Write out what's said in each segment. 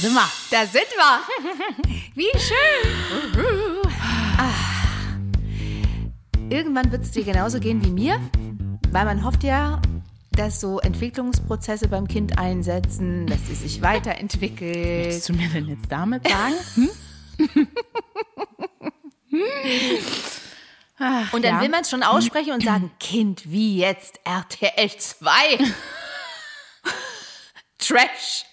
sind wir. Da sind wir. Wie schön. Ah. Irgendwann wird es dir genauso gehen wie mir, weil man hofft ja, dass so Entwicklungsprozesse beim Kind einsetzen, dass es sich weiterentwickelt. Willst du mir denn jetzt damit sagen? Hm? Ach, Und dann ja. will man es schon aussprechen und sagen, Kind, wie jetzt RTL 2. Trash.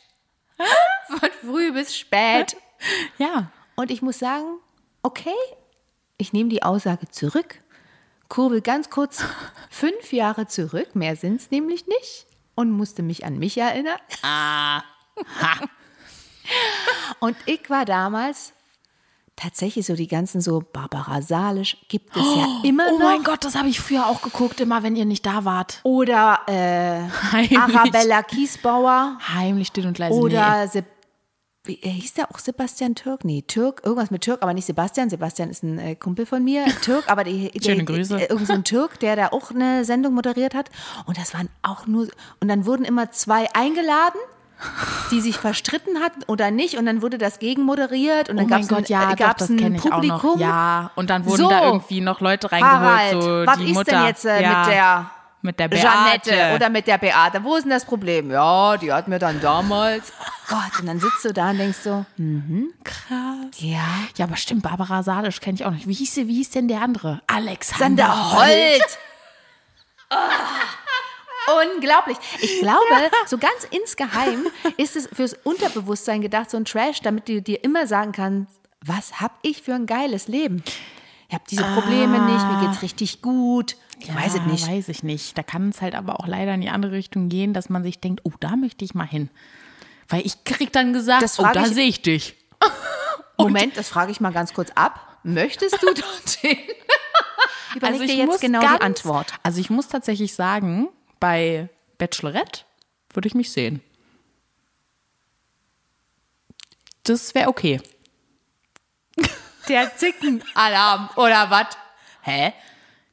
Von früh bis spät. ja. Und ich muss sagen, okay, ich nehme die Aussage zurück, kurbel ganz kurz fünf Jahre zurück, mehr sind es nämlich nicht, und musste mich an mich erinnern. Ah. Und ich war damals tatsächlich so die ganzen so Barbara Salisch gibt es ja immer Oh noch. Oh, mein Gott, das habe ich früher auch geguckt, immer wenn ihr nicht da wart. Oder äh, Heimlich. Arabella Kiesbauer. Heimlich still und leise. Oder Seb wie, äh, hieß der auch Sebastian Türk? Nee, Türk, irgendwas mit Türk, aber nicht Sebastian. Sebastian ist ein äh, Kumpel von mir. Türk, aber die, die, Schöne Grüße. äh, irgend so ein Türk, der da auch eine Sendung moderiert hat. Und das waren auch nur. Und dann wurden immer zwei eingeladen. Die sich verstritten hatten oder nicht, und dann wurde das gegenmoderiert und nee. dann Oh gab's mein Gott, ein, ja, äh, doch, gab's das ein kenne ich Publikum. auch noch. Ja, und dann wurden So. da irgendwie noch Leute reingeholt, Harald, so was die ist Mutter. denn jetzt äh, ja. mit der mit der Beate. Jeanette oder mit der Beate. Wo ist denn das Problem? Ja, die hat mir dann damals. Oh Gott, und dann sitzt du da und denkst so, hm, Krass. ja. Ja, aber stimmt, Barbara Salisch kenne ich auch nicht. Wie hieß, sie, wie hieß denn der andere? Alexander Alexander Holt. Oh, unglaublich. Ich glaube, so ganz insgeheim ist es fürs Unterbewusstsein gedacht, so ein Trash, damit du dir immer sagen kannst, was hab ich für ein geiles Leben? Ich habe diese Probleme nicht, mir geht's richtig gut. Ich Ja, weiß es nicht. Weiß ich nicht. Da kann es halt aber auch leider in die andere Richtung gehen, dass man sich denkt, oh, da möchte ich mal hin. Weil ich krieg dann gesagt, Das oh, frag da ich- sehe ich dich. Moment, das frage ich mal ganz kurz ab. Möchtest du dorthin? Überleg dir jetzt genau die Antwort. Also ich muss tatsächlich sagen, bei Bachelorette würde ich mich sehen. Das wäre okay. Der Zickenalarm oder was? Hä?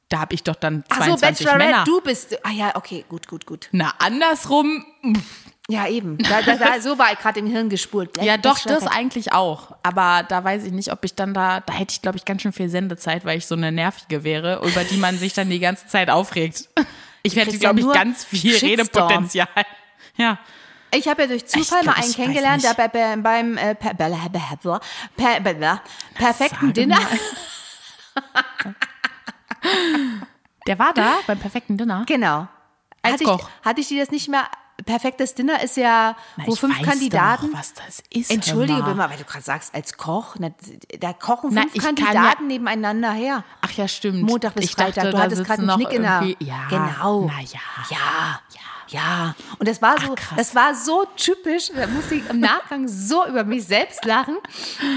Da habe ich doch dann Ach so, 22 Bachelorette, Männer. du bist. Ah ja, okay, gut, gut, gut. Na, andersrum. Ja, eben. Da, da, da, so war ich gerade im Hirn gespult. Ja, doch, Äh, Bachelorette. das eigentlich auch. Aber da weiß ich nicht, ob ich dann da, da hätte ich, glaube ich, ganz schön viel Sendezeit, weil ich so eine Nervige wäre, über die man sich dann die ganze Zeit aufregt. Ich hätte, kriegst ja glaube ich, nur ganz viel Shitstorm. Redepotenzial. Ja. Ich habe ja durch Zufall Ich mal glaub, einen ich weiß kennengelernt, der nicht. bei, bei, beim äh, per, per, per, per, per, per, perfekten Sage Dinner. Der war da beim perfekten Dinner. Genau. Als ich, Koch. hatte ich die das nicht mehr. Perfektes Dinner ist ja, Na, wo ich fünf weiß Kandidaten. Doch, was das ist. Entschuldige hör mal. mal, weil du gerade sagst, als Koch, na, da kochen Na, fünf ich kann ja- Kandidaten nebeneinander her. Ach ja, stimmt. Montag bis ich Freitag. Dachte, du da hattest gerade sitzen einen noch Knick in der. irgendwie- Ja, Genau. Na ja. Ja. Ja. Ja. Und das war so, krass. das war so typisch. Da musste ich im Nachgang so über mich selbst lachen,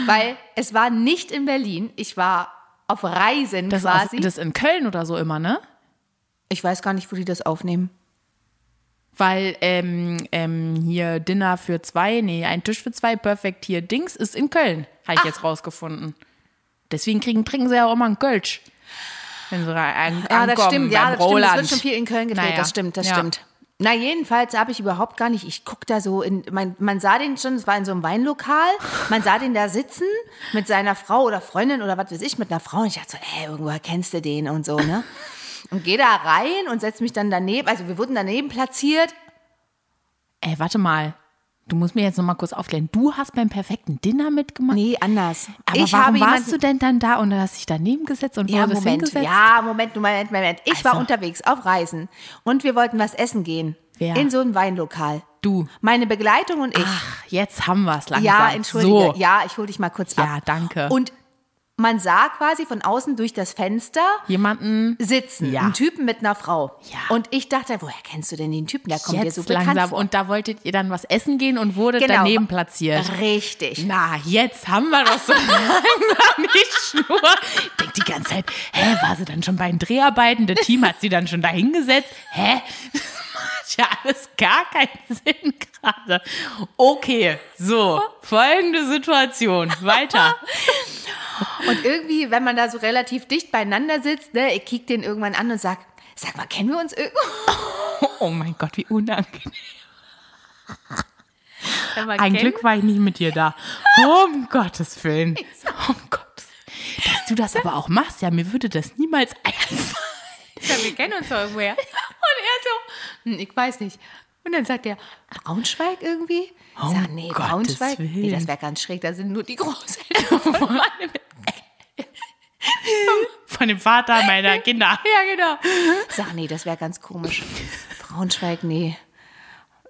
weil es war nicht in Berlin. Ich war auf Reisen Das, quasi. das in Köln oder so immer, ne? ich weiß gar nicht, wo die das aufnehmen. Weil ähm, ähm, hier Dinner für zwei, nee, ein Tisch für zwei, Perfect hier Dings ist in Köln, habe ich jetzt rausgefunden. Deswegen kriegen, trinken sie ja auch immer einen Kölsch. Wenn sie da an, Ja, Ah, das ankommen stimmt. Ja, das beim stimmt. Das Roland. wird schon viel in Köln gedreht. Naja. Das stimmt, das Ja. stimmt. Na, jedenfalls habe ich überhaupt gar nicht, ich guck da so in, man, man sah den schon, es war in so einem Weinlokal, man sah den da sitzen mit seiner Frau oder Freundin oder was weiß ich, mit einer Frau und ich dachte so, ey, irgendwoher kennst du den und so, ne? Und gehe da rein und setze mich dann daneben, also wir wurden daneben platziert. Ey, warte mal. Du musst mir jetzt nochmal kurz aufklären. Du hast beim perfekten Dinner mitgemacht. Nee, anders. Aber ich warum habe warst jemanden, du denn dann da und hast dich daneben gesetzt und ja, wurdest Moment, hingesetzt? ja, Moment, Moment, Moment. Ich war Also. unterwegs auf Reisen und wir wollten was essen gehen. Wer? In so ein Weinlokal. Du. Meine Begleitung und ich. Ach, jetzt haben wir es langsam. Ja, entschuldige. So. Ja, ich hole dich mal kurz ab. Ja, danke. Und man sah quasi von außen durch das Fenster Jemanden sitzen, Ja. einen Typen mit einer Frau. Ja. Und ich dachte, woher kennst du denn den Typen? Der kommt dir jetzt so bekannt langsam. vor. Und da wolltet ihr dann was essen gehen und wurde Genau. daneben platziert. Richtig. Na, jetzt haben wir doch so langsam nicht Schnur. Ich denk die ganze Zeit, hä, war sie dann schon bei den Dreharbeiten? Das Team hat sie dann schon da hingesetzt? Hä? Das macht ja alles gar keinen Sinn gerade. Okay, so, folgende Situation. Weiter. Und irgendwie, wenn man da so relativ dicht beieinander sitzt, ne, ich kick den irgendwann an und sag, sag mal, kennen wir uns irgendwo? Oh mein Gott, wie unangenehm. da mal Ein kennen. Glück war ich nicht mit dir da. Um Gottes Willen. Um Gottes Willen. Dass du das aber auch machst, ja, mir würde das niemals einfallen. Ja, wir kennen uns doch irgendwoher. Und er so, hm, ich weiß nicht. Und dann sagt er, Braunschweig irgendwie? Ich Um sag, nee, Gottes Braunschweig? Nee, Willen. das wäre ganz schräg, da sind nur die Großeltern von meinem Von dem Vater meiner Kinder. Ja, genau. Ich sag, nee, das wäre ganz komisch. Braunschweig, nee.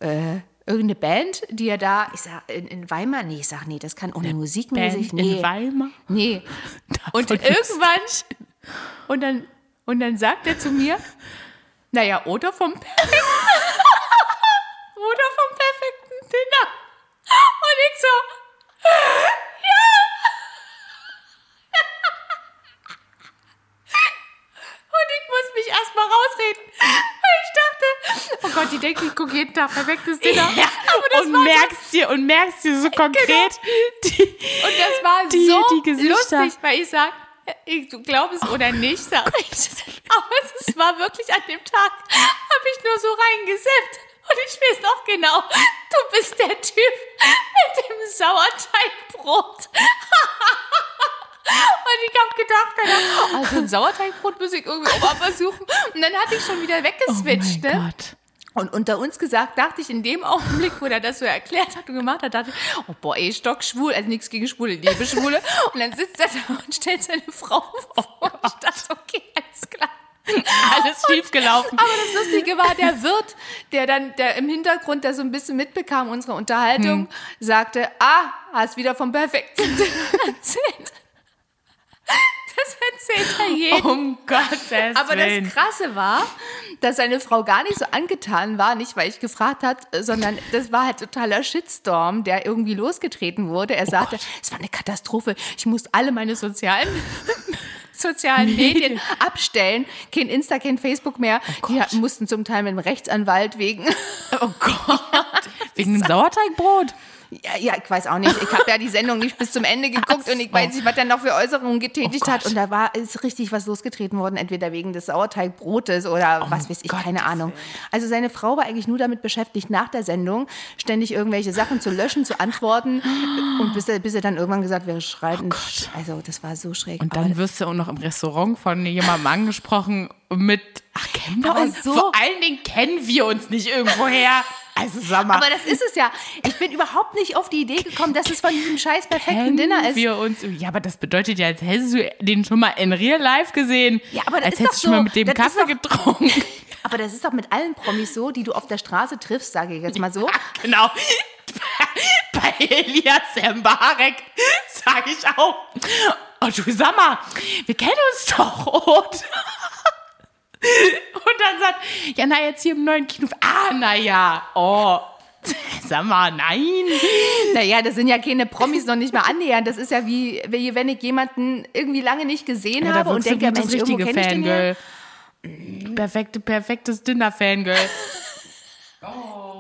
Äh, irgendeine Band, die ja da, ich sag, in, in Weimar, nee, ich sag, nee, das kann ohne musikmäßig, Band nee. in Weimar. Nee. Und Davon wüsste irgendwann, und dann, und dann sagt er zu mir, naja, oder vom perfekten, oder vom perfekten Dinner. Und ich so, ja. Und ich muss mich erstmal rausreden. weil Ich dachte, oh Gott, die denken, ich gucke jeden Tag perfektes Dinner. Aber das und war so Genau. merkst dir und merkst dir so konkret die, und das war Die- so die Gesichter. Oh lustig, weil ich sag, äh, ich, du glaubst es oder nicht, sag ich. Aber es ist- war wirklich an dem Tag, habe ich nur so reingesippt. Und ich weiß noch genau, du bist der Typ mit dem Sauerteigbrot. Und ich habe gedacht, keine Ahnung, also ein Sauerteigbrot muss ich irgendwie auch mal versuchen. Und dann hatte ich schon wieder weggeswitcht. ne? Oh Gott. Und unter uns gesagt, dachte ich in dem Augenblick, wo er das so erklärt hat und gemacht hat, dachte ich, oh boah, ey, stockschwul, also nichts gegen Schwule, liebe Schwule. Und dann sitzt er da und stellt seine Frau vor. und ich dachte, okay, alles klar. Alles schiefgelaufen. Aber das Lustige war, der Wirt, der dann, der im Hintergrund, der so ein bisschen mitbekam, unsere Unterhaltung, sagte, ah, hast wieder vom Perfekten erzählt. Das erzählt er jedem. Um Gottes Aber Willen. das Krasse war, dass seine Frau gar nicht so angetan war, nicht weil ich gefragt hat, äh, sondern das war halt totaler Shitstorm, der irgendwie losgetreten wurde. Oh Er sagte, es war eine Katastrophe. Ich muss alle meine sozialen sozialen Medien abstellen. Kein Insta, kein Facebook mehr. Die Oh Gott. mussten zum Teil mit einem Rechtsanwalt wegen. oh Gott. Wegen dem Sauerteigbrot. Ja, ja ich weiß auch nicht. Ich habe ja die Sendung nicht bis zum Ende geguckt und ich so. weiß nicht, was er noch für Äußerungen getätigt Oh hat. Gott. Und da war ist richtig was losgetreten worden, entweder wegen des Sauerteigbrotes oder was weiß ich, Um Gottes keine Ahnung. Also seine Frau war eigentlich nur damit beschäftigt, nach der Sendung ständig irgendwelche Sachen zu löschen, zu antworten und bis er, bis er dann irgendwann gesagt wäre, schreiben. also das war so schräg. Oh Und Aber- dann wirst du auch noch im Restaurant von jemandem angesprochen mit, ach, kennen wir Aber uns? so- Vor allen Dingen kennen wir uns nicht irgendwoher. Also sag mal, aber das ist es ja. Ich bin überhaupt nicht auf die Idee gekommen, dass es von diesem scheiß perfekten kennen Dinner ist. wir uns? Ja, aber das bedeutet ja, als hättest du den schon mal in real life gesehen. Ja, aber das als ist hättest doch du schon mal so. mit dem Das ist Kaffee doch- getrunken. Aber das ist doch mit allen Promis so, die du auf der Straße triffst, sage ich jetzt mal so. genau. Bei Elias Mbarek sage ich auch. Oh, du sag mal, wir kennen uns doch. Und, und dann sagt, ja, na, jetzt hier im neuen Kino. Ah, na ja, oh. Sag mal, nein. Naja, das sind ja keine Promis noch nicht mal annähernd. Das ist ja wie, wie wenn ich jemanden irgendwie lange nicht gesehen Ja, da habe und wirkst du denke, wie Mensch, das irgendwo kenne richtige ich den ja. Fangirl. Mm, Perfekte, perfektes Dinner-Fangirl.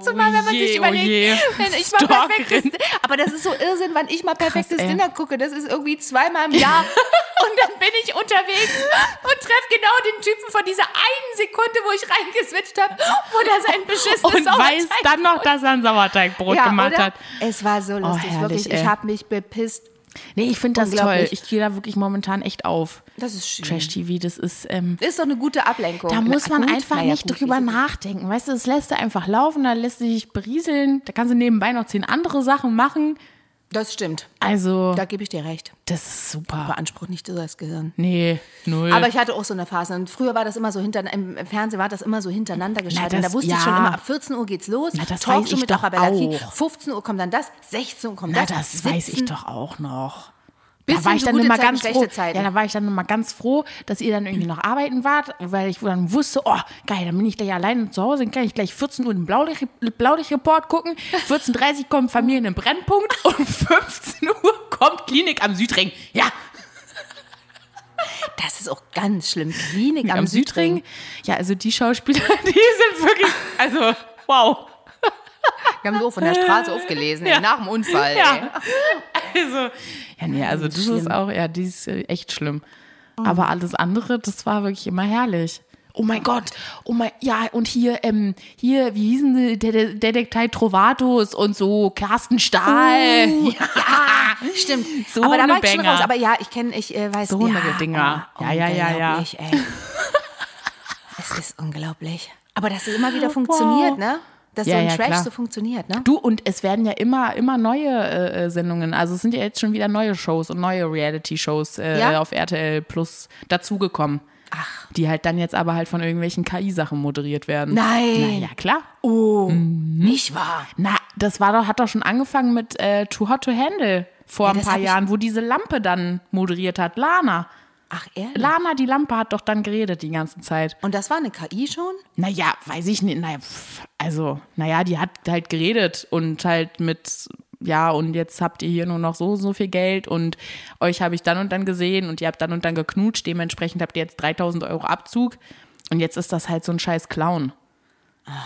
Zumal, wenn man je, sich oh überlegt, je. wenn ich mal Stalkerin. perfektes, aber das ist so Irrsinn, wann ich mal perfektes ey. Dinner gucke. Das ist irgendwie zweimal im Jahr. und dann bin ich unterwegs und treffe genau den Typen von dieser einen Sekunde, wo ich reingeswitcht habe, wo der sein beschissenes Und weiß Sauerteig- dann noch, dass er ein Sauerteigbrot ja, gemacht oder? hat. Oh, Es war so lustig, herrlich, wirklich. ey. Ich habe mich bepisst. Nee, ich finde das toll. Unglaublich. Mhm. Ich gehe da wirklich momentan echt auf. Das ist schön. Trash-TV, das ist, ähm, Ist doch eine gute Ablenkung. Da muss Na, man ne? Ah, gut, einfach naja, nicht gut, drüber ist- nachdenken. Weißt du, das lässt du einfach laufen, da lässt du dich berieseln, da kannst du nebenbei noch zehn andere Sachen machen. Das stimmt. Also, Da gebe ich dir recht. das ist super. Beansprucht nicht so das Gehirn. Nee, null. Aber ich hatte auch so eine Phase. Und früher war das immer so hinter im im Fernsehen war das immer so hintereinander geschaltet. Na, Und das- da wusste ich ja. schon immer, ab 14 Uhr geht's los. Na, das Talkshow weiß ich mit doch Achabalaki. auch. 15 Uhr kommt dann das, 16 Uhr kommt Na, das. das weiß ich doch auch noch. Da Bisschen war ich so dann gute immer Zeiten, ganz schlechte froh. Zeiten. Ja, da war ich dann immer ganz froh, dass ihr dann irgendwie noch arbeiten wart, weil ich dann wusste, oh, geil, dann bin ich gleich alleine zu Hause, dann kann ich gleich 14 Uhr den Blaulicht- Blaulicht-Report gucken, 14.30 Uhr kommt Familien im Brennpunkt und 15 Uhr kommt Klinik am Südring. Ja, Das ist auch ganz schlimm. Klinik am, am Südring. Südring. Ja, also die Schauspieler, die sind wirklich, also wow. Wir haben so von der Straße aufgelesen, ey, Ja. nach dem Unfall. Ey. Ja. Also, ja, nee, also das ist auch, ja, die ist äh, echt schlimm. Aber alles andere, das war wirklich immer herrlich. Oh mein Gott, oh mein, ja, und hier, ähm, hier, wie hießen sie, De Detektei Trovatos und so, Carsten Stahl. Ja, Ah, stimmt. So aber da eine war ich schon Banger. raus. Aber ja, ich kenne, ich äh, weiß So eine ja, Dinger. Oh, Ja, ja, ja, ja. unglaublich, Ey. es ist unglaublich. Aber dass es immer wieder funktioniert, ne? Dass Ja, so ein ja, Trash klar. so funktioniert, ne? Du, und es werden ja immer, immer neue äh, äh, Sendungen. Also es sind ja jetzt schon wieder neue Shows und neue Reality-Shows äh, Ja? auf RTL Plus dazugekommen. Ach. Die halt dann jetzt aber halt von irgendwelchen KI-Sachen moderiert werden. Nein. Na ja, klar. Oh, Mhm. nicht wahr. Na, das war doch, hat doch schon angefangen mit äh, Too Hot to Handle vor Ja, ein das paar hab ich- Jahren, wo diese Lampe dann moderiert hat. Lana. Ach, ehrlich? Lana, die Lampe, hat doch dann geredet die ganze Zeit. Und das war eine KI schon? Naja, weiß ich nicht. Naja, pff, also, naja, die hat halt geredet und halt mit, ja, und jetzt habt ihr hier nur noch so, so viel Geld und euch habe ich dann und dann gesehen und ihr habt dann und dann geknutscht. Dementsprechend habt ihr jetzt 3000 Euro Abzug. Und jetzt ist das halt so ein scheiß Clown,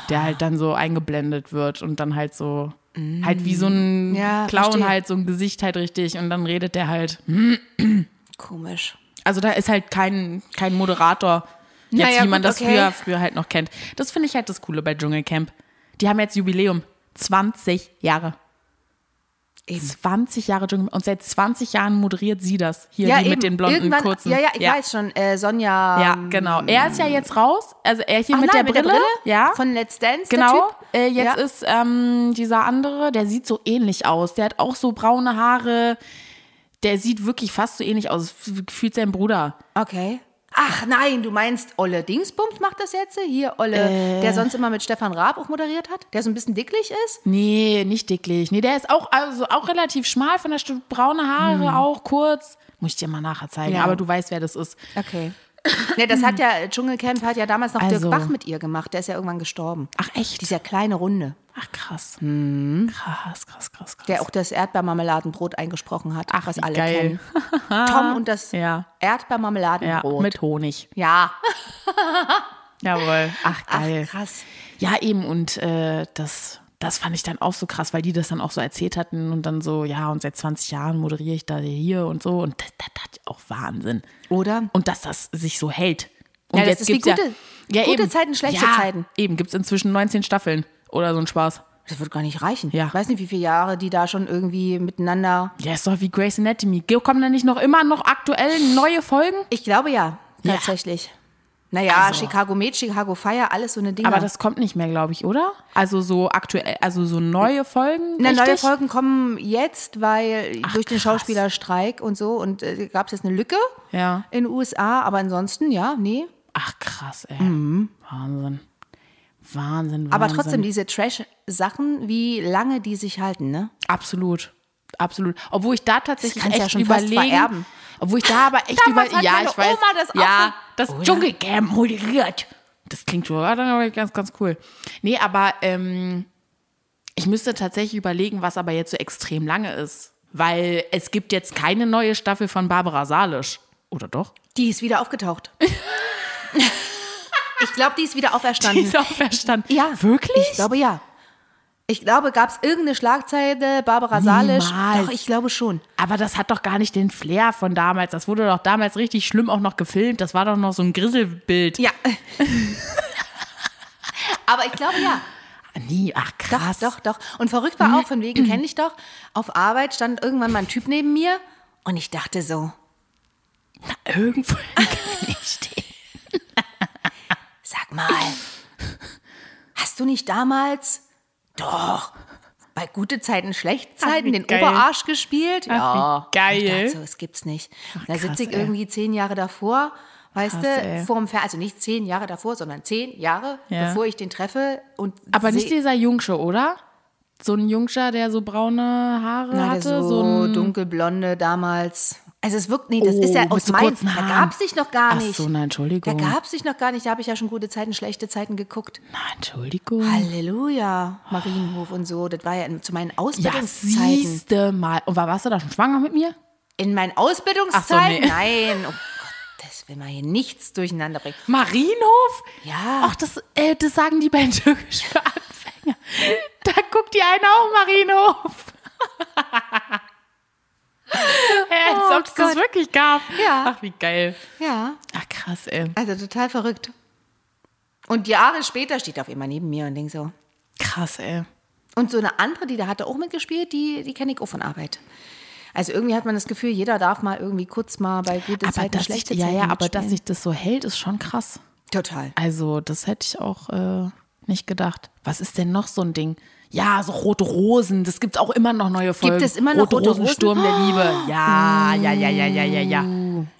der halt dann so eingeblendet wird und dann halt so, halt wie so ein Mm. Ja, Clown verstehe. halt, so ein Gesicht halt richtig und dann redet der halt. Komisch. Also da ist halt kein, kein Moderator, jetzt, Naja, wie man gut, das okay. früher, früher halt noch kennt. Das finde ich halt das Coole bei Dschungelcamp. Die haben jetzt Jubiläum. 20 Jahre. Eben. 20 Jahre Dschungelcamp. Und seit 20 Jahren moderiert sie das. Hier, die mit den blonden Irgendwann- kurzen. Ja, ja, ich weiß schon. Äh, Sonja. Ja, genau. Er ist ja jetzt raus. Also er hier Ach mit, nein, der Brille. Ja. Von Let's Dance. Der Genau, typ. äh, jetzt Ja. ist ähm, dieser andere, der sieht so ähnlich aus. Der hat auch so braune Haare. Der sieht wirklich fast so ähnlich aus. Fühlt sein Bruder. Okay. Ach nein, du meinst Olle Dingsbums macht das jetzt? Hier, Olle, Äh. der sonst immer mit Stefan Raab auch moderiert hat, der so ein bisschen dicklich ist? Nee, nicht dicklich. Nee, der ist auch, also auch relativ schmal von der Stu braune Haare, auch kurz. Muss ich dir mal nachher zeigen, Ja. aber du weißt, wer das ist. Okay. Ne, das hat ja, Dschungelcamp hat ja damals noch Also. Dirk Bach mit ihr gemacht, der ist ja irgendwann gestorben. Ach echt? Hm. Dieser kleine Runde, Ach krass. Krass, krass, krass, krass. der auch das Erdbeermarmeladenbrot eingesprochen hat, Ach, was wie alle geil. kennen. Tom und das Ja. ja, Erdbeermarmeladenbrot. mit Honig. ja. Jawohl. Ach Ach, geil. krass. Ja, eben, und äh, das, das fand ich dann auch so krass, weil die das dann auch so erzählt hatten und dann so, ja, und seit 20 Jahren moderiere ich da hier und so. Und das, das, das auch Wahnsinn. Oder? Und dass das sich so hält. Und Ja, das ist wie gibt's gute- gute Zeiten, schlechte ja, Zeiten. Eben, gibt es inzwischen 19 Staffeln oder so ein Spaß. Das wird gar nicht reichen. Ja. Ich weiß nicht, wie viele Jahre die da schon irgendwie miteinander. Ja, ist doch wie Grey's Anatomy. Ge- Kommen da nicht noch immer noch aktuell neue Folgen? Ich glaube ja, Ja. tatsächlich. Naja, Also. Chicago Med, Chicago Fire, alles so eine Dinge. Aber das kommt nicht mehr, glaube ich, oder? Also so aktuell, also so neue Folgen. Na, neue richtig? Folgen kommen jetzt, weil durch den krass. Schauspielerstreik und so und äh, gab es jetzt eine Lücke Ja. in den USA, aber ansonsten, ja, nee. Ach krass, ey. Wahnsinn. Wahnsinn, Wahnsinn. Mhm. Aber trotzdem, diese Trash-Sachen, wie lange die sich halten, ne? Absolut. Absolut. Obwohl ich da tatsächlich kannst echt du ja schon fast überlegen. vererben. Obwohl ich da aber echt Damals überlegen. hat Ja, meine ich weiß. Oma das auch Oh ja, noch- das Oder? Dschungelcamp moderiert. Das klingt schon ja, dann ganz, ganz cool. Nee, aber ähm, ich müsste tatsächlich überlegen, was aber jetzt so extrem lange ist. Weil es gibt jetzt keine neue Staffel von Barbara Salisch. Oder doch? Die ist wieder aufgetaucht. ich glaube, die ist wieder auferstanden. Die ist auch verstanden. Ja. Wirklich? Ich glaube ja. Ich glaube, gab es irgendeine Schlagzeile, Barbara Salisch? Niemals. Doch, ich glaube schon. Aber das hat doch gar nicht den Flair von damals. Das wurde doch damals richtig schlimm auch noch gefilmt. Das war doch noch so ein Grisselbild. Ja. Aber ich glaube ja. Nee, ach Doch, krass. doch, doch. Und verrückt war auch, von Mhm. wegen kenne ich doch. Auf Arbeit stand irgendwann mal ein Typ neben mir und ich dachte so, Irgendwo kann ich stehen. sag mal, hast du nicht damals, doch, bei gute Zeiten, schlecht wie Zeiten den geil. Oberarsch gespielt? wie ja. geil. Und Ich dachte so, es gibt's nicht. Und da krass, sitze ich ey. irgendwie zehn Jahre davor, weißt Krass, du, ey. vor dem Fer also nicht zehn Jahre davor, sondern zehn Jahre, Ja. bevor ich den treffe. Und Aber seh- nicht dieser Jungsche, oder? So ein Jungscher, der so braune Haare Na, der hatte. so, So, ein dunkelblonde damals. Also es wirkt, nee, das Oh, ist ja mit aus so meinem, kurzen da Haaren. gab es dich noch gar Ach nicht. so, nein, Entschuldigung. Da gab es dich noch gar nicht, da habe ich ja schon gute Zeiten, schlechte Zeiten geguckt. Na, Entschuldigung. Halleluja, Marienhof und so, das war ja in, zu meinen Ja, Ausbildungszeiten. siehste mal. Und war, warst du da schon schwanger mit mir? in meinen Ach Ausbildungszeiten? so, nee. Nein, oh Gott, das will man hier nichts durcheinander bringen. Marienhof? Ja. Ach, das, äh, das sagen die bei Türkisch für Anfänger. Da guckt die eine auch Marienhof. Hä, als Oh ob es das Gott. wirklich gab. Ja. Ach, wie geil. Ja, Ach, krass, ey. also total verrückt. Und Jahre später steht er auf immer neben mir und denkt so. Krass, ey. Und so eine andere, die da hatte auch mitgespielt, die, die kenne ich auch von Arbeit. Also irgendwie hat man das Gefühl, jeder darf mal irgendwie kurz mal bei gute Aber Zeiten, dass ich, schlechte ja, Zeiten ja, aber dass mitspielen. sich das so hält, ist schon krass. Total. Also, das hätte ich auch äh, nicht gedacht. Was ist denn noch so ein Ding? Ja, so rote Rosen, das gibt es auch immer noch neue Folgen. es immer noch Rote Rosen? Rosen? Sturm der Liebe. Ja, ja, ja, ja, ja, ja, ja.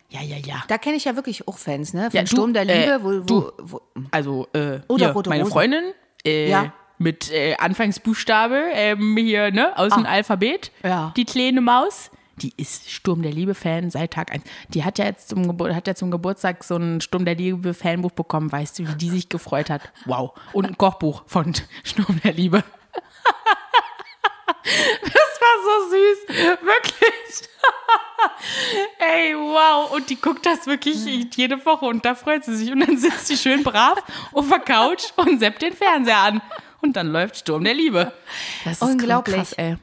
Ja, ja, ja. Da kenne ich ja wirklich auch Fans, ne? Von Ja, du, Sturm der äh, Liebe, wo, wo, wo Also, äh, Oder hier, rote meine Rosen. Freundin äh, Ja. mit äh, Anfangsbuchstabe ähm, hier, ne, aus dem Alphabet. Ah. Ja. Die kleine Maus. Die ist Sturm der Liebe-Fan seit Tag 1. Die hat ja jetzt zum, Gebur hat ja zum Geburtstag so ein Sturm der Liebe-Fanbuch bekommen. Weißt du, wie die sich gefreut hat? Wow. Und ein Kochbuch von Sturm der Liebe. Das war so süß. Wirklich. Ey, wow. Und die guckt das wirklich jede Woche und da freut sie sich. Und dann sitzt sie schön brav auf der Couch und seppt den Fernseher an. Und dann läuft Sturm der Liebe. Das ist Unglaublich. krass, ey.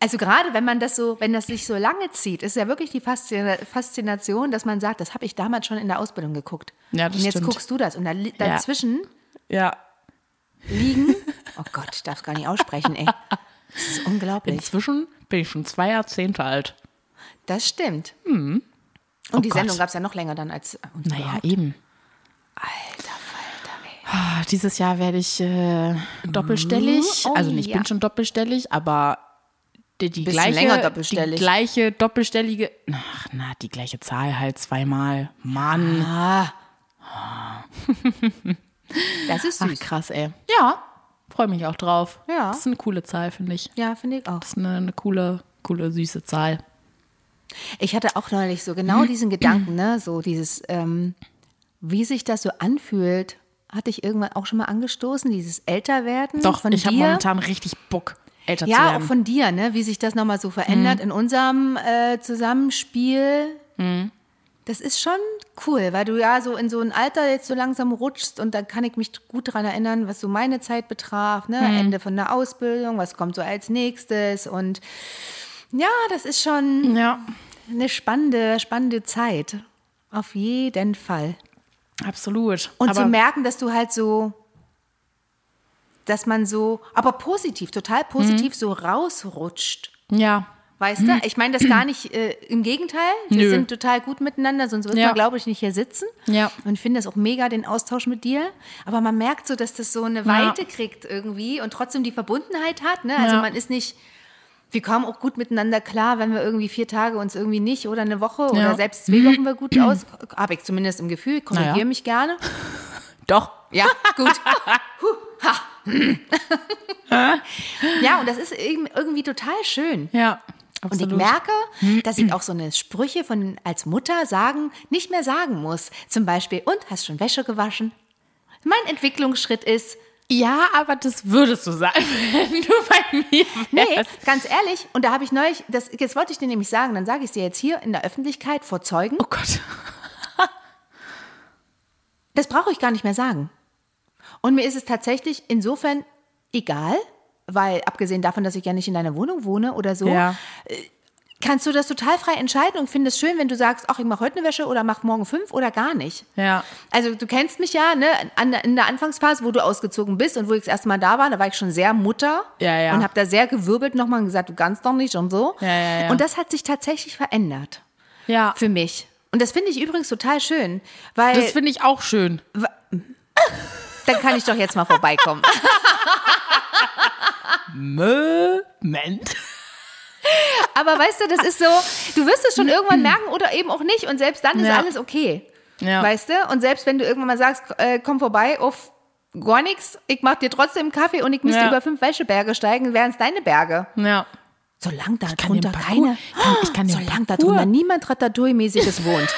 Also gerade wenn man das so, wenn das sich so lange zieht, ist ja wirklich die Faszina- Faszination, dass man sagt, das habe ich damals schon in der Ausbildung geguckt. Ja, das und jetzt stimmt. guckst du das und da, li- dazwischen Ja. liegen. Oh Gott, ich darf es gar nicht aussprechen, ey. Das ist unglaublich. Inzwischen bin ich schon zwei Jahrzehnte alt. Das stimmt. Und die Hm. Oh Gott. Sendung gab es ja noch länger dann als Oh uns. Naja, eben. Alter Falter, ey. Ah, Dieses Jahr werde ich äh, doppelstellig. Oh, also ich ja. bin schon doppelstellig, aber die, die, Bisschen gleiche, länger doppelstellig. die gleiche doppelstellige, ach na, die gleiche Zahl halt zweimal. Mann. Ah. Das ist Ach, Ah, süß. krass, ey. ja, Freue mich auch drauf. Ja. Das ist eine coole Zahl, finde ich. ja, finde ich auch. Das ist eine, eine coole, coole, süße Hm, Zahl. Ich hatte auch neulich so genau diesen Gedanken, ne? so dieses, ähm, wie sich das so anfühlt, hatte ich irgendwann auch schon mal angestoßen, dieses Älterwerden Doch, von ich habe dir. momentan richtig Bock, älter zu ja, auch werden. von dir, ne? wie sich das nochmal so verändert in unserem äh, Zusammenspiel. Das ist schon cool, weil du ja so in so ein Alter jetzt so langsam rutschst und da kann ich mich gut dran erinnern, was so meine Zeit betraf, ne? Ende von der Ausbildung, was kommt so als nächstes und ja, das ist schon Hm, ja, eine spannende, spannende Zeit. Auf jeden Fall. absolut. Und aber, zu merken, dass du halt so, dass man so, aber positiv, total positiv so rausrutscht. ja, Weißt du? Ich meine das gar nicht, äh, im Gegenteil. Wir Mhm. Nö. sind total gut miteinander, sonst würden Ja. wir, glaube ich, nicht hier sitzen. Ja. Und ich finde das auch mega, den Austausch mit dir. Aber man merkt so, dass das so eine Weite kriegt irgendwie und trotzdem die Verbundenheit hat. Ne? Also Ja. man ist nicht, wir kommen auch gut miteinander klar, wenn wir irgendwie vier Tage uns irgendwie nicht oder eine Woche Ja. oder selbst zwei Wochen wir gut aus. Habe ich zumindest im Gefühl, korrigiere Naja. mich gerne. doch. Ja, gut. Huh, ha. ja, und das ist eben irgendwie total schön. Ja, Und ich absolut. Hm. merke, dass ich auch so eine Sprüche von als Mutter sagen nicht mehr sagen muss. Zum Beispiel, und hast schon Wäsche gewaschen? Mein Entwicklungsschritt ist, ja, aber das würdest du sagen, wenn du bei mir nee, wärst. ganz ehrlich, und da habe ich neulich, das, jetzt wollte ich dir nämlich sagen, dann sage ich es dir jetzt hier in der Öffentlichkeit vor Zeugen, Oh Gott. das brauche ich gar nicht mehr sagen. Und mir ist es tatsächlich insofern egal, weil abgesehen davon, dass ich ja nicht in deiner Wohnung wohne oder so, Ja. kannst du das total frei entscheiden und findest schön, wenn du sagst, ach, ich mache heute eine Wäsche oder mach morgen fünf oder gar nicht. Ja. Also du kennst mich ja, ne? An, in der Anfangsphase, wo du ausgezogen bist und wo ich das erste Mal da war, da war ich schon sehr Mutter Ja, ja. und habe da sehr gewirbelt nochmal und gesagt, du kannst doch nicht und so. Ja, ja, ja. Und das hat sich tatsächlich verändert Ja. für mich. Und das finde ich übrigens total schön, weil Das finde ich auch schön. dann kann ich doch jetzt mal vorbeikommen. Moment. Aber weißt du, das ist so, du wirst es schon irgendwann merken oder eben auch nicht und selbst dann ist Ja. alles okay. Ja. Weißt du? Und selbst wenn du irgendwann mal sagst, äh, komm vorbei auf gar nichts, ich mach dir trotzdem einen Kaffee und ich müsste Ja. über fünf Wäscheberge steigen, wären es deine Berge. Ja. Solange kann den darunter Parcours- keine, kann- ich kann den solange Parcours- darunter niemand Ratatouille-mäßiges wohnt.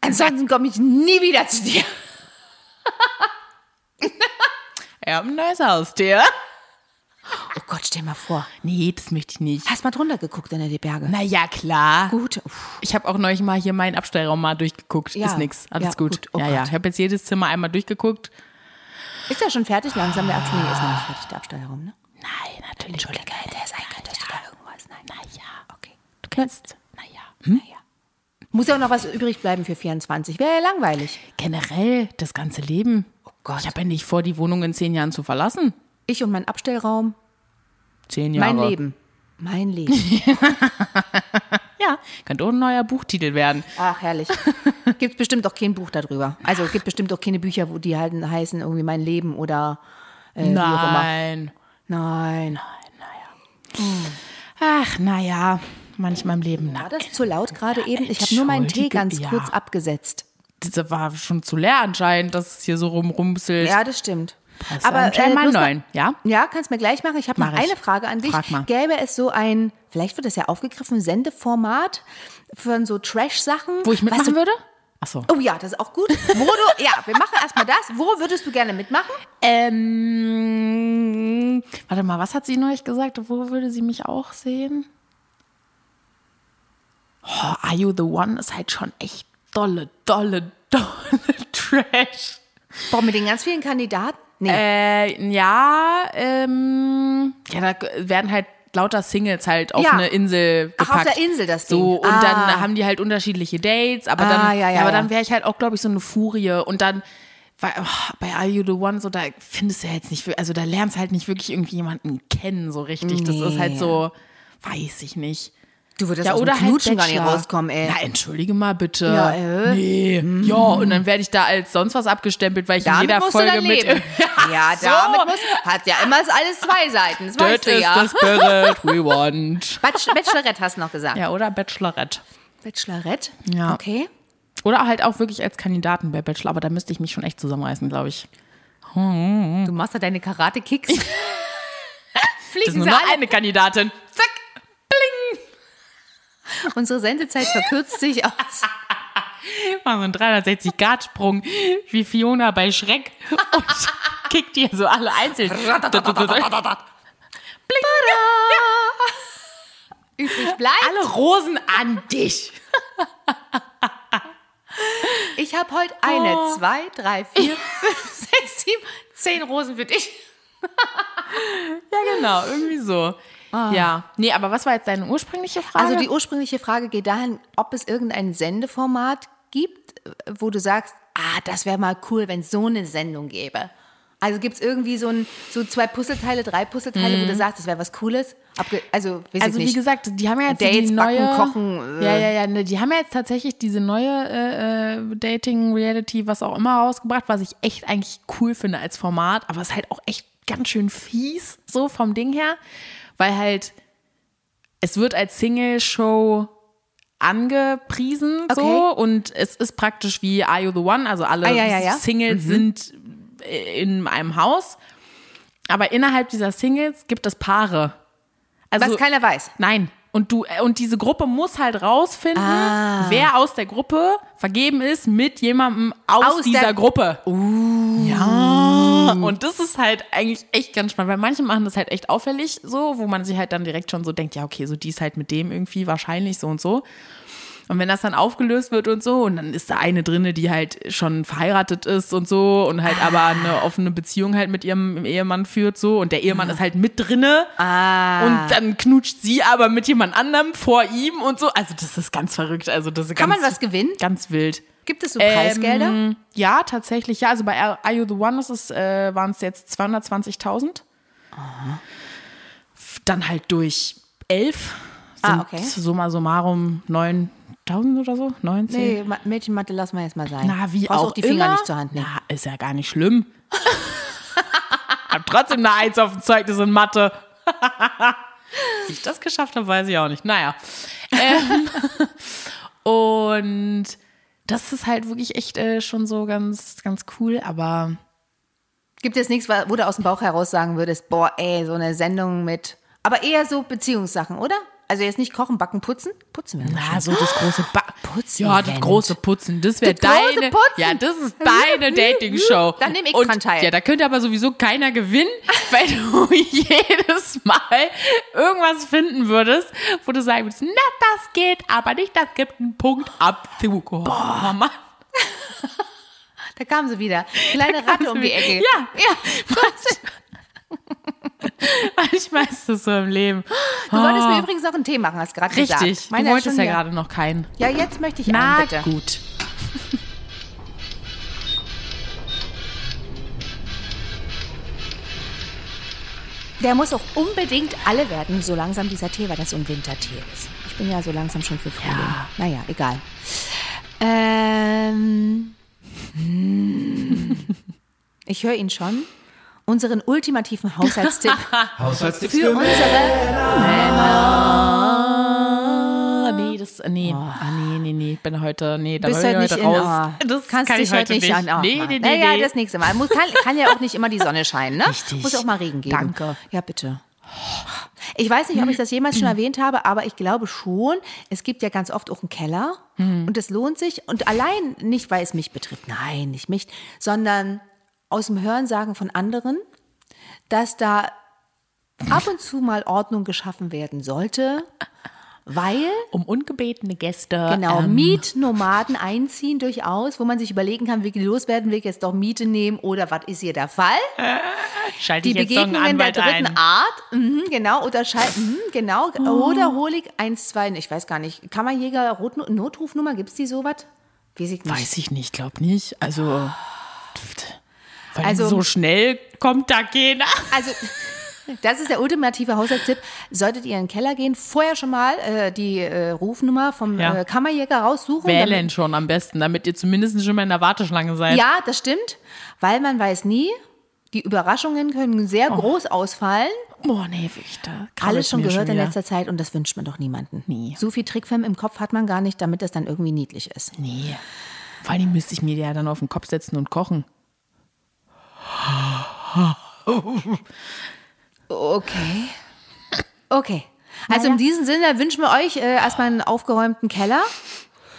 Ansonsten komme ich nie wieder zu dir. Er hat ein neues Haustier. Oh Gott, stell mal vor. Nee, das möchte ich nicht. Hast mal drunter geguckt in die Berge. Naja, klar. Gut. Uff. Ich habe auch neulich mal hier meinen Abstellraum mal durchgeguckt. Ja. Ist nix. Alles Ja, gut. gut. Oh ja, ja. Gott. Ich habe jetzt jedes Zimmer einmal durchgeguckt. Ist ja schon fertig langsam. Der Abschnitt ist noch nicht fertig, der Abstellraum, ne? Nein, natürlich. Entschuldige, hätte er sein können, dass du da irgendwas. Nein. Naja. Okay. Du kennst. Naja. Muss ja auch noch was übrig bleiben für 24. Wäre ja langweilig. Generell das ganze Leben. Oh Gott. Ich habe ja nicht vor, die Wohnung in zehn Jahren zu verlassen. Ich und mein Abstellraum, Zehn Jahre. mein Leben. Mein Leben. Ja, könnte auch ein neuer Buchtitel werden. Ach, herrlich. Gibt bestimmt auch kein Buch darüber. Also gibt bestimmt auch keine Bücher, wo die halt heißen, irgendwie mein Leben oder äh, wie auch immer. Nein. Nein. Ach, naja, manchmal im Leben. Na, War das zu laut gerade eben? Ich habe nur meinen Tee ganz Entschuldige, ja. kurz abgesetzt. das war schon zu leer anscheinend, dass es hier so rumrumselt. Ja, das stimmt. äh, Das ist anscheinend äh, mal bloß mal- neun, ja? Ja, kannst mir gleich machen. Ich habe noch Mach ich. eine Frage an dich. Frag mal. Gäbe es so ein, vielleicht wird das ja aufgegriffen, Sendeformat von so Trash-Sachen. Wo ich was mitmachen du- würde? Achso. Oh ja, das ist auch gut. Wo du, ja, wir machen erstmal das. Wo würdest du gerne mitmachen? Ähm, warte mal, was hat sie neulich gesagt? Wo würde sie mich auch sehen? Oh, Are You the One ist halt schon echt dolle, dolle, dolle Trash. Boah, mit den ganz vielen Kandidaten? Nee. Äh, ja, ähm, ja, da werden halt lauter Singles halt auf Ja. eine Insel Ach, gepackt. auf der Insel das Ding. So, und Ah. dann haben die halt unterschiedliche Dates, aber Ah, dann, ja, ja, aber ja. dann wäre ich halt auch, glaube ich, so eine Furie. Und dann, weil, oh, bei Are You the One, so, da findest du ja jetzt nicht, wir- also da lernst halt nicht wirklich irgendwie jemanden kennen, so richtig. Das ist halt Nee. so, weiß ich nicht. du würdest Ja, aus oder dem halt Knutschen gar nicht Bachelor. rauskommen, ey. Ja, entschuldige mal bitte. Ja, äh. Nee. Ja, und dann werde ich da als sonst was abgestempelt, weil ich in damit jeder musst Folge du dann mit. leben. ja, so. damit muss, hat ja immer alles zwei Seiten. Das weißt That du is ja. the spirit we want. Batsch- Bachelorette hast du noch gesagt. Ja, oder Bachelorette. Bachelorette? Ja. Okay. Oder halt auch wirklich als Kandidaten bei Bachelor, aber da müsste ich mich schon echt zusammenreißen, glaube ich. Du machst da deine Karate-Kicks. Hm. Das ist Fliegen nur sie noch alle. eine Kandidatin. Zack. Bling. Unsere Sendezeit verkürzt sich aus. Machen so einen 360-Grad-Sprung wie Fiona bei Schreck und kickt die so alle einzeln. alle Übrig bleibt. Rosen an dich. Ich habe heute eine, Oh. zwei, drei, vier, fünf, sechs, sieben, zehn Rosen für dich. Ja, genau, irgendwie so. Ja. Nee, aber was war jetzt deine ursprüngliche Frage? Also die ursprüngliche Frage geht dahin, ob es irgendein Sendeformat gibt, äh, wo du sagst, ah, das wäre mal cool, wenn es so eine Sendung gäbe. Also gibt es irgendwie so, ein, so zwei Puzzleteile, drei Puzzleteile, wo du sagst, das wäre was Cooles? Abge Mhm. also, weiß Also ich wie nicht. gesagt, die haben ja jetzt Dates, die neue backen, kochen, äh. Ja, ja, ja, ne, die haben ja jetzt tatsächlich diese neue äh, äh, Dating Reality, was auch immer rausgebracht, was ich echt eigentlich cool finde als Format, aber es ist halt auch echt ganz schön fies so vom Ding her, weil halt es wird als Single Show angepriesen so Okay. und es ist praktisch wie Are You the One, also alle Ah, ja, ja, ja. Singles sind äh, in einem Haus, aber innerhalb dieser Singles gibt es Paare. was Also keiner weiß. Nein. Und du äh, und diese Gruppe muss halt rausfinden, Ah. wer aus der Gruppe vergeben ist mit jemandem aus, Aus dieser der- Gruppe. Uh. Ja. Und das ist halt eigentlich echt ganz spannend, weil manche machen das halt echt auffällig so, wo man sich halt dann direkt schon so denkt, ja, okay, so die ist halt mit dem irgendwie wahrscheinlich so und so. Und wenn das dann aufgelöst wird und so, und dann ist da eine drinne, die halt schon verheiratet ist und so und halt aber eine offene Beziehung halt mit ihrem Ehemann führt so und der Ehemann ist halt mit drinne. Ah, Und dann knutscht sie aber mit jemand anderem vor ihm und so. Also das ist ganz verrückt. Also das ist Kann ganz, man was gewinnen? Ganz wild. Gibt es so Preisgelder? Ähm, ja, tatsächlich. Ja, also bei Are Are You the One ist es, äh, waren es jetzt 220.000. F- Dann halt durch 11. Ah, sind okay. Summa summarum 9.000 oder so? 19? Nee, Ma- Mädchenmatte lass mal jetzt mal sein. Na, wie Brauchst auch auch die Finger immer. nicht zur Hand nehmen. Na, ist ja gar nicht schlimm. hab trotzdem eine Eins auf dem Zeugnis in Mathe. wie ich das geschafft habe, weiß ich auch nicht. Naja. Ähm, und das ist halt wirklich echt äh, schon so ganz, ganz cool, aber Gibt es nichts, wa- wo du aus dem Bauch heraus sagen würdest, boah, ey, so eine Sendung mit. Aber eher so Beziehungssachen, oder? Also jetzt nicht kochen, backen, putzen? Putzen wir noch. na, so das große ba Putzen Ja, das Event. große Putzen, das wäre Das große deine. Putzen. Ja, das ist deine Dating-Show. Dann nehm ich Und- dran teil. Ja, da könnte aber sowieso keiner gewinnen, weil du jedes Mal irgendwas finden würdest, wo du sagen würdest, na, das geht, aber nicht, das gibt einen Punkt Abzug. Oh, Mann. Da kamen sie wieder. Kleine Ratte um die Ecke. Ja, ja. manchmal ist das so im Leben. Du wolltest mir übrigens noch einen Tee machen, hast gerade gesagt. Oh. Richtig, du Meiner ist schon wolltest ja hier. gerade noch keinen. Ja, jetzt möchte ich Na einen, bitte. gut. Der muss auch unbedingt alle werden, so langsam dieser Tee, weil das so ein Wintertee ist. Ich bin ja so langsam schon für Frühling. Ja. Naja, egal. Ähm, hm. ich höre ihn schon. Unseren ultimativen Haushaltstipp Haushaltstipps für unsere Ah, nee, das, nee, ah, nee, nee, nee, ich bin heute, nee, da Äh. Oh. bist bin heute nicht ich heute in raus. oh, Das kannst kann dich ich heute nicht, an. Oh, nee, Mann. nee, nee, naja, nee. das nächste Mal. Muss, kann, kann ja auch nicht immer die Sonne scheinen, ne? Richtig. Muss auch mal Regen geben. Danke. Hm. Ja, bitte. Ich weiß nicht, ob ich das jemals schon erwähnt habe, aber ich glaube schon, es gibt ja ganz oft auch einen Keller Hm. und es lohnt sich. Und allein nicht, weil es mich betrifft, nein, nicht mich, sondern aus dem Hörensagen von anderen, dass da ab und zu mal Ordnung geschaffen werden sollte, weil um ungebetene Gäste. Genau, Ähm, Mietnomaden einziehen durchaus, wo man sich überlegen kann, wie die loswerden, will ich jetzt doch Miete nehmen oder was ist hier der Fall? schalte Die ich jetzt doch Begegnungen einen der Anwalt dritten ein. Art, mhm, genau, oder Schei- mhm, genau, Oh. oder hole ich eins, zwei, ich weiß gar nicht, Kammerjäger, Rotno- Notrufnummer, gibt es die sowas? Weiß ich nicht. Weiß ich nicht, glaub nicht. Also, pft. Vor allem Also- so schnell kommt da keiner. Also, das ist der ultimative Haushaltstipp. Solltet ihr in den Keller gehen, vorher schon mal äh, die äh, Rufnummer vom Ja. äh, Kammerjäger raussuchen. damit- Wählen schon am besten, damit ihr zumindest schon mal in der Warteschlange seid. Ja, das stimmt, weil man weiß nie, die Überraschungen können sehr groß ausfallen. Boah, nee, wirklich, da krabbelt's Alles schon Oh. mir gehört in wieder. letzter Zeit und das wünscht man doch niemanden. Nie. So viel Trickfilm im Kopf hat man gar nicht, damit das dann irgendwie niedlich ist. Nee. Vor allem müsste ich mir die ja dann auf den Kopf setzen und kochen. Okay. Okay. Also in diesem Sinne wünschen wir euch äh, erstmal einen aufgeräumten Keller.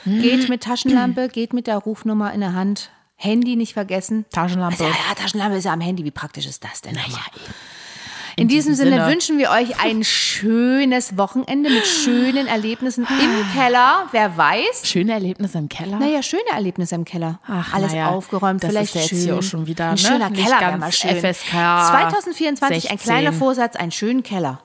Mhm. Geht mit Taschenlampe, geht mit der Rufnummer in der Hand. Handy nicht vergessen. Taschenlampe. Also, Ja, ja, Taschenlampe ist ja am Handy. Wie praktisch ist das denn? Hammer. in, diesem diesem Sinne, Sinne. wünschen wir euch ein schönes Wochenende mit schönen Erlebnissen Ah. im Keller. Wer weiß. Schöne Erlebnisse im Keller. Naja, schöne Erlebnisse im Keller. Ach, Alles naja, aufgeräumt, das vielleicht ist ja jetzt schön. hier auch schon wieder, ein ne? schöner Nicht Keller wäre ganz mal schön. FSK 2024 ein 16. kleiner Vorsatz, einen schönen Keller.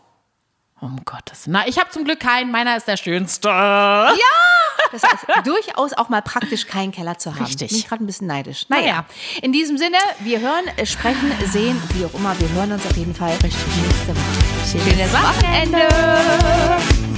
Um Gottes. Na, ich habe zum Glück keinen. Meiner ist der schönste. Das heißt, durchaus auch mal praktisch keinen Keller zu haben. Richtig. Bin ich gerade ein bisschen neidisch. Naja. Naja. In diesem Sinne, wir hören, äh, sprechen, sehen, wie auch immer. Wir hören uns auf jeden Fall. Richtig. Nächste Woche. Schönes Wochenende.